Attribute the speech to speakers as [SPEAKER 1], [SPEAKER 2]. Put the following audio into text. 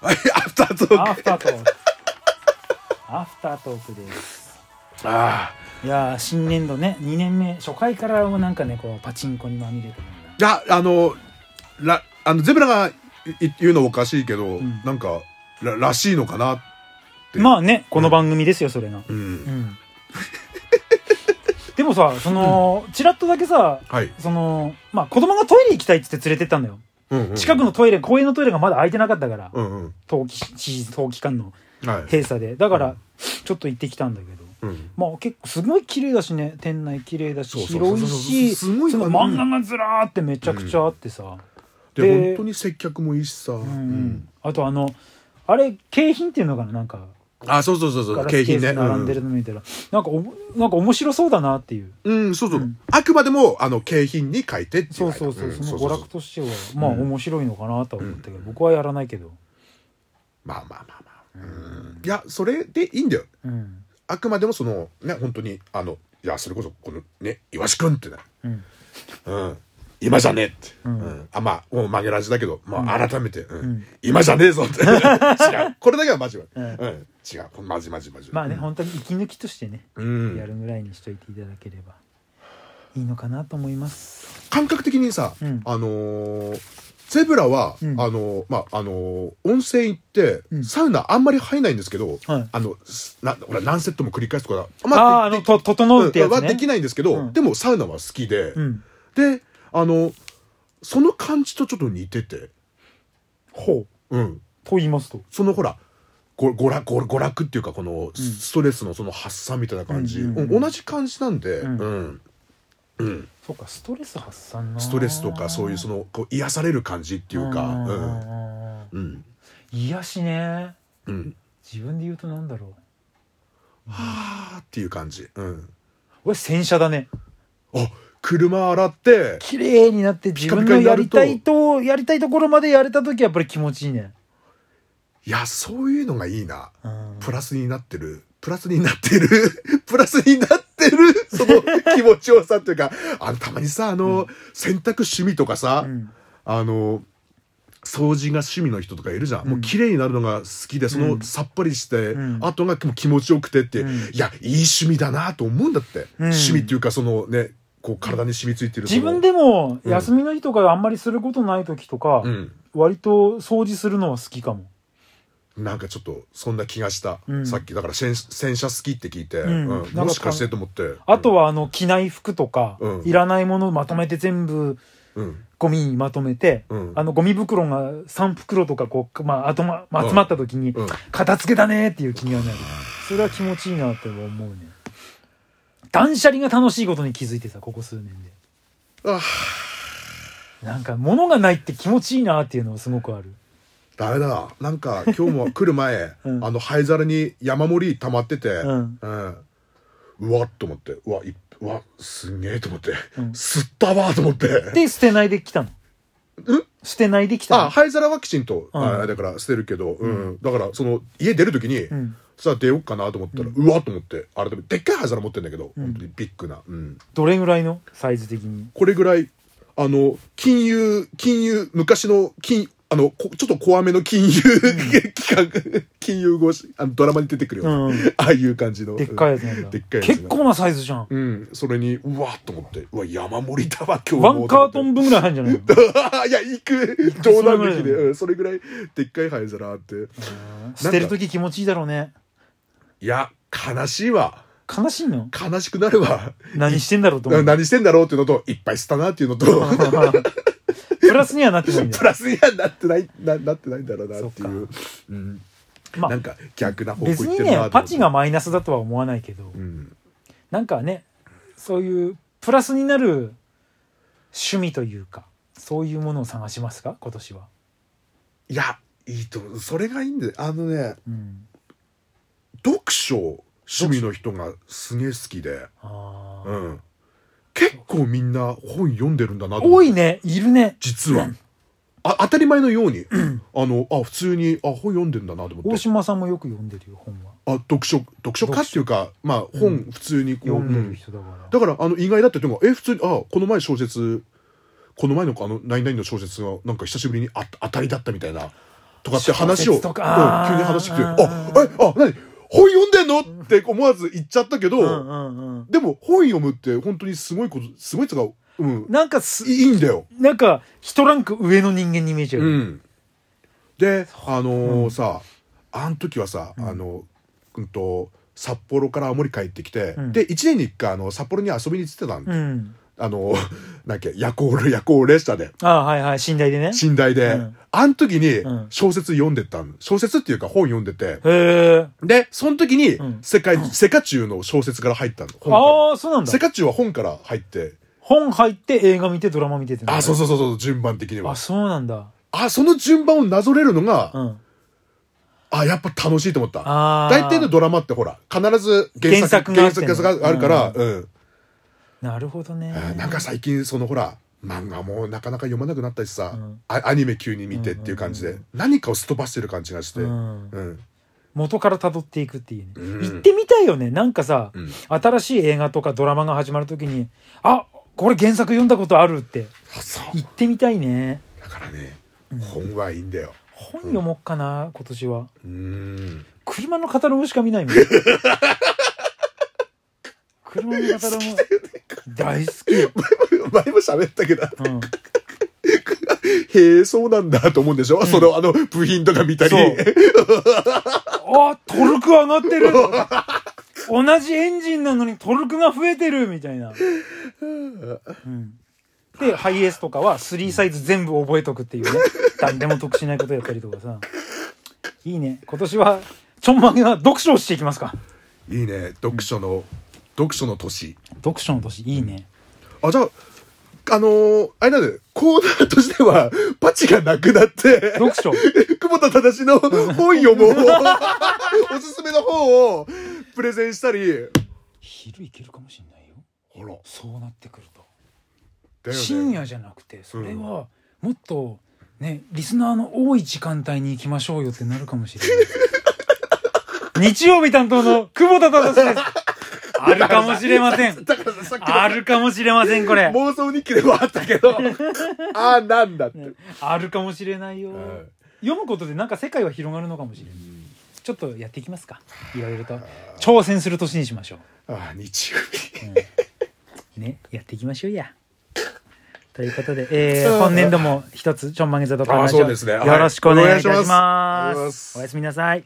[SPEAKER 1] はいアフタート
[SPEAKER 2] ア
[SPEAKER 1] ー
[SPEAKER 2] フ
[SPEAKER 1] ク
[SPEAKER 2] タートークアフタートークです
[SPEAKER 1] あ
[SPEAKER 2] いやー新年度ね2年目初回からもうなんかねこうパチンコにまみれてるんだ
[SPEAKER 1] あいやあのらあのゼブラがいい言うのおかしいけど、
[SPEAKER 2] ん
[SPEAKER 1] なんかららしいのかなで
[SPEAKER 2] まあねこの番組ですよそれが
[SPEAKER 1] う
[SPEAKER 2] うんん でもさそのちらっとだけさ
[SPEAKER 1] はい、
[SPEAKER 2] そのまあ子供がトイレ行きたいっつって連れてったんだよ
[SPEAKER 1] うんうん、
[SPEAKER 2] 近くのトイレ公園のトイレがまだ空いてなかったから
[SPEAKER 1] うんうん
[SPEAKER 2] 冬季期冬季間の
[SPEAKER 1] はい
[SPEAKER 2] 閉鎖でだか
[SPEAKER 1] う
[SPEAKER 2] らちょっと行ってきたんだけど
[SPEAKER 1] うん
[SPEAKER 2] まあ結構すごい綺麗だしね店内綺麗だし
[SPEAKER 1] そうそうそう
[SPEAKER 2] 広いし
[SPEAKER 1] すごい
[SPEAKER 2] その
[SPEAKER 1] うん
[SPEAKER 2] 漫画がずらーってめちゃくちゃあってさ、
[SPEAKER 1] で
[SPEAKER 2] で
[SPEAKER 1] 本当に接客もいいしさ、う
[SPEAKER 2] うんうんあとあのあれ景品っていうのかななんか
[SPEAKER 1] あそうそうそうそ
[SPEAKER 2] ガ
[SPEAKER 1] う
[SPEAKER 2] ラスケ
[SPEAKER 1] 景
[SPEAKER 2] ー
[SPEAKER 1] 品
[SPEAKER 2] ス
[SPEAKER 1] ね
[SPEAKER 2] 並んでるの見たら、なんかおなんか面白そうだなっていう
[SPEAKER 1] うん、うんそうそう、
[SPEAKER 2] うん
[SPEAKER 1] あくまでもあの景品に書いてってい
[SPEAKER 2] そうそうそう、
[SPEAKER 1] ん
[SPEAKER 2] その娯楽としてはまあ
[SPEAKER 1] うん
[SPEAKER 2] 面白いのかなとは思ったけど、僕はやらないけど
[SPEAKER 1] まあまあまあまあ、うん、いやそれでいいんだよ
[SPEAKER 2] うん
[SPEAKER 1] あくまでもそのね本当にあのいやそれこそこのねイワシ君ってね、
[SPEAKER 2] うん
[SPEAKER 1] うん、今じゃねえって、
[SPEAKER 2] ん
[SPEAKER 1] うんあまあもう曲げらじだけど、まあ、改めて、うん
[SPEAKER 2] ん
[SPEAKER 1] 今じゃねえぞって 違うこれだけはマジマジ、
[SPEAKER 2] うん
[SPEAKER 1] うん、違うマジマジマジ
[SPEAKER 2] まあね、本当に息抜きとしてね、
[SPEAKER 1] うん
[SPEAKER 2] やるぐらいにしといていただければいいのかなと思います
[SPEAKER 1] 感覚的にさ、
[SPEAKER 2] うん
[SPEAKER 1] あのーゼブラは、
[SPEAKER 2] うん
[SPEAKER 1] あのーまああのー温泉行って、
[SPEAKER 2] うん
[SPEAKER 1] サウナあんまり入んないんですけど、
[SPEAKER 2] はい
[SPEAKER 1] あのすなほら何セットも繰り返すとか
[SPEAKER 2] あ
[SPEAKER 1] ま
[SPEAKER 2] ああ
[SPEAKER 1] で
[SPEAKER 2] のと整うってやつね、
[SPEAKER 1] はできないんですけど、
[SPEAKER 2] うん
[SPEAKER 1] でもサウナは好きで、
[SPEAKER 2] うん
[SPEAKER 1] であのその感じとちょっと似てて、
[SPEAKER 2] ほう
[SPEAKER 1] うん、
[SPEAKER 2] と言いますと
[SPEAKER 1] そのほらご娯楽娯楽っていうかこのストレスのその発散みたいな感じ、
[SPEAKER 2] うんうんうん
[SPEAKER 1] うん同じ感じなんで、
[SPEAKER 2] うん
[SPEAKER 1] うんうん
[SPEAKER 2] そうかストレス発散な
[SPEAKER 1] ストレスとかそういうそ
[SPEAKER 2] っ
[SPEAKER 1] のこう癒される感じっていうか。うんうん
[SPEAKER 2] 癒しね
[SPEAKER 1] うん、
[SPEAKER 2] 自分で言うとなんだろ
[SPEAKER 1] はあっていう感じ、うん、
[SPEAKER 2] う俺洗車だね
[SPEAKER 1] あ車洗って
[SPEAKER 2] 綺麗になって自
[SPEAKER 1] カ
[SPEAKER 2] 分
[SPEAKER 1] ピカ
[SPEAKER 2] の
[SPEAKER 1] にな
[SPEAKER 2] や
[SPEAKER 1] る
[SPEAKER 2] り
[SPEAKER 1] と
[SPEAKER 2] たいとやりたいところまでやれた時はやっぱり気持ちいいね、
[SPEAKER 1] いやそういうのがいいな
[SPEAKER 2] うん、
[SPEAKER 1] プラスになってるプラスになってる プラスになってるその気持ちよさっていうかあのたまにさあの、洗濯趣味とかさ、
[SPEAKER 2] うん
[SPEAKER 1] あの掃除が趣味の人とかいるじゃん、もう綺麗になるのが好きでそのさっぱりして、
[SPEAKER 2] うん
[SPEAKER 1] 後がもう気持ちよくてって、
[SPEAKER 2] うん
[SPEAKER 1] いやいい趣味だなと思うんだって、趣味っていうかそのねこう体に染みついてるその
[SPEAKER 2] 自分でも休みの日とかあんまりすることない時とか、
[SPEAKER 1] うん
[SPEAKER 2] 割と掃除するのは好きかも
[SPEAKER 1] なんかちょっとそんな気がした、
[SPEAKER 2] うん
[SPEAKER 1] さっきだから洗洗車好きって聞いて、
[SPEAKER 2] うん
[SPEAKER 1] うん
[SPEAKER 2] なんか
[SPEAKER 1] もしかしてと思って
[SPEAKER 2] あとはあの着ない服とか、
[SPEAKER 1] うん
[SPEAKER 2] いらないものをまとめて全部
[SPEAKER 1] うん
[SPEAKER 2] ゴミにまとめて、
[SPEAKER 1] うん
[SPEAKER 2] あのゴミ袋が3袋とかこう、まあ、あとままあ
[SPEAKER 1] うん
[SPEAKER 2] 集まった時に、
[SPEAKER 1] うん
[SPEAKER 2] 片付けだねっていう気にはなるそれは気持ちいいなって思うね断捨離が楽しいことに気づいてさここ数年で
[SPEAKER 1] あ
[SPEAKER 2] なんか物がないって気持ちいいなっていうのはすごくある
[SPEAKER 1] ダメだなんか今日も来る前、
[SPEAKER 2] うん
[SPEAKER 1] あの灰皿に山盛り溜まってて、うんうわっと思ってうわいうわすんげえと思って、
[SPEAKER 2] うん
[SPEAKER 1] 吸ったわと思って
[SPEAKER 2] で捨てないで来たの捨てないで来たの
[SPEAKER 1] あ灰皿はきちんと、
[SPEAKER 2] うん
[SPEAKER 1] あだから捨てるけど、うんだからその家出る時に、
[SPEAKER 2] ん
[SPEAKER 1] さあ出ようかなと思ったら、うわっと思って改めてでっかい灰皿持ってんだけど、本当にビッグな、うん、
[SPEAKER 2] どれぐらいのサイズ的に
[SPEAKER 1] これぐらい、あの、金融、金融、昔の金、あの、こちょっと怖めの金融企画、 金融越し、あの、ドラマに出てくるような、
[SPEAKER 2] うん
[SPEAKER 1] ああいう感じの。
[SPEAKER 2] でっかいやつなんだ
[SPEAKER 1] でっかいやつが
[SPEAKER 2] 結構なサイズじゃん
[SPEAKER 1] うん、それに、うわーっと思って、うわ、山盛りだわ、今日も
[SPEAKER 2] ワンカー トン分ぐらい入るんじゃないの
[SPEAKER 1] いや、行く、冗談抜き
[SPEAKER 2] それぐらいだ
[SPEAKER 1] で、
[SPEAKER 2] よ
[SPEAKER 1] うんそれぐらい、でっかい灰皿あって。
[SPEAKER 2] 捨てる時気持ちいいだろうね
[SPEAKER 1] いや、悲しいわ。
[SPEAKER 2] 悲しいの
[SPEAKER 1] 悲しくなるわ。
[SPEAKER 2] 何してんだろうと思う
[SPEAKER 1] 何してんだろうっていうのと、いっぱいしたなっていうのと、
[SPEAKER 2] プラスにはなってないんだ
[SPEAKER 1] プ
[SPEAKER 2] よ
[SPEAKER 1] ラスにはなってない、 ななってないんだろうなっていう。うん
[SPEAKER 2] ま
[SPEAKER 1] な
[SPEAKER 2] あ
[SPEAKER 1] んか逆な方向
[SPEAKER 2] 別
[SPEAKER 1] 行っ
[SPEAKER 2] に
[SPEAKER 1] てるな
[SPEAKER 2] ねパチが
[SPEAKER 1] と
[SPEAKER 2] マイナスだとは思わないけど
[SPEAKER 1] 思ってうん
[SPEAKER 2] なんかねそういうプラスになる趣味というかそういうものを探しますか今年は、
[SPEAKER 1] いやいいと思うそれがいいんであのね
[SPEAKER 2] うん、
[SPEAKER 1] 読書趣味の人がすげえ好きで、
[SPEAKER 2] あー
[SPEAKER 1] うん、結構みんな本読んでるんだなと思っ
[SPEAKER 2] 多
[SPEAKER 1] て
[SPEAKER 2] いねいるね
[SPEAKER 1] 実はあ当たり前のようにあのあ普通にあ本読んでんだなと思
[SPEAKER 2] 大
[SPEAKER 1] って
[SPEAKER 2] 島さんもよく読んでるよ本は
[SPEAKER 1] あ読書読書家っていうかまあ本普通にこう、
[SPEAKER 2] 読んで
[SPEAKER 1] う
[SPEAKER 2] る
[SPEAKER 1] ん
[SPEAKER 2] 人だから、
[SPEAKER 1] だからあの意外だったっていうのがえ普通にあこの前小説この前のあの「ナインナイン」の小説がなんか久しぶりにあ当たりだったみたいなとかって話を、
[SPEAKER 2] 小説とか
[SPEAKER 1] うん急に話してきて、
[SPEAKER 2] あ
[SPEAKER 1] あ、
[SPEAKER 2] ー
[SPEAKER 1] え、あ、何本読んでんのって思わず言っちゃったけど、
[SPEAKER 2] うんうんうん
[SPEAKER 1] でも本読むって本当にすごいこと、すごいとか、うん、
[SPEAKER 2] なんかす
[SPEAKER 1] いいいんだよ。
[SPEAKER 2] なんか一ランク上の人間に見えちゃう、
[SPEAKER 1] うん、であのーさあん時はさ、あのうんと札幌から青森帰ってきて、
[SPEAKER 2] うん
[SPEAKER 1] で1年に1回あの札幌に遊びに行ってたん、
[SPEAKER 2] うん
[SPEAKER 1] あの なんだっけ夜行夜行列車で
[SPEAKER 2] ああはいはい寝台でねへ
[SPEAKER 1] 寝台で、
[SPEAKER 2] うん
[SPEAKER 1] あん時に
[SPEAKER 2] うん
[SPEAKER 1] 小説読んでたん小説っていうか本読んでて
[SPEAKER 2] え
[SPEAKER 1] でその時に
[SPEAKER 2] うん
[SPEAKER 1] 世界、世界中の小説から入ったの本から
[SPEAKER 2] ああそうなんだ
[SPEAKER 1] 世界中は本から入って
[SPEAKER 2] 本入って映画見てドラマ見てって
[SPEAKER 1] あそう
[SPEAKER 2] う
[SPEAKER 1] そうそうそう順番的には
[SPEAKER 2] あそうなんだ
[SPEAKER 1] あその順番をなぞれるのが、
[SPEAKER 2] うん
[SPEAKER 1] あやっぱ楽しいと思った
[SPEAKER 2] ああ
[SPEAKER 1] 大体のドラマってほら必ず原作
[SPEAKER 2] 原
[SPEAKER 1] 原
[SPEAKER 2] 作
[SPEAKER 1] 作
[SPEAKER 2] があってね
[SPEAKER 1] があるから、うん
[SPEAKER 2] なるほどね
[SPEAKER 1] あーなんか最近そのほら漫画もなかなか読まなくなったしさ、
[SPEAKER 2] うん
[SPEAKER 1] あアニメ急に見てっていう感じで、
[SPEAKER 2] うんうん
[SPEAKER 1] 何かをすっ飛ばしてる感じがして、う
[SPEAKER 2] う
[SPEAKER 1] ん
[SPEAKER 2] ん、
[SPEAKER 1] うん
[SPEAKER 2] 元から辿っていくっていうね、
[SPEAKER 1] うん
[SPEAKER 2] 行ってみたいよねなんかさ、
[SPEAKER 1] うん
[SPEAKER 2] 新しい映画とかドラマが始まるときにあこれ原作読んだことあるって行ってみたいね
[SPEAKER 1] だからね本はいいんだよ
[SPEAKER 2] 本読もっかな今年は
[SPEAKER 1] うん
[SPEAKER 2] 車のカタログしか見ないもん車のカタログ大好きよ、
[SPEAKER 1] 前も喋ったけど
[SPEAKER 2] うん、
[SPEAKER 1] へえそうなんだと思うんでしょ、そのあの部品とか見たり
[SPEAKER 2] そう あトルク上がってる同じエンジンなのにトルクが増えてるみたいな、うん、でハイエースとかは3サイズ全部覚えとくっていうね誰でも得しないことやったりとかさいいね今年はちょんまげは読書をしていきますか
[SPEAKER 1] いいね読書の、読書の年
[SPEAKER 2] 読書の年いいね、
[SPEAKER 1] あ、じゃあ、あのーあれなんだよ、コーナーとしては、パチがなくな って、
[SPEAKER 2] 読書
[SPEAKER 1] 久保田正 の本読もう。 おすすめの本をプレゼンしたり。
[SPEAKER 2] 昼いけるかもしんないよ
[SPEAKER 1] あら、だよ
[SPEAKER 2] そうなってくると
[SPEAKER 1] ね。
[SPEAKER 2] 深夜じゃなくてそれはもっとねリスナーの多い時間帯に行きましょうよってなるかもしれない 日曜日担当の久保田忠ですあるかもしれませ ん
[SPEAKER 1] だからさ、さっき
[SPEAKER 2] あるかもしれませんこれ
[SPEAKER 1] の妄想日記ではあったけ ど、ああ、なんだって。
[SPEAKER 2] あるかもしれないよ、
[SPEAKER 1] ん
[SPEAKER 2] 読むことでなんか世界は広がるのかもしれない、ちょっとやっていきますかいろいろと挑戦する年にしましょ
[SPEAKER 1] ああ、日曜日。
[SPEAKER 2] うねやっていきましょうやということで、えー、本年度も一つちょんまげ座と
[SPEAKER 1] あ
[SPEAKER 2] ま
[SPEAKER 1] ー
[SPEAKER 2] しょ
[SPEAKER 1] そうですねはい
[SPEAKER 2] よろしくお願いいたし
[SPEAKER 1] お願いし
[SPEAKER 2] ま
[SPEAKER 1] ますす
[SPEAKER 2] おやすみなさい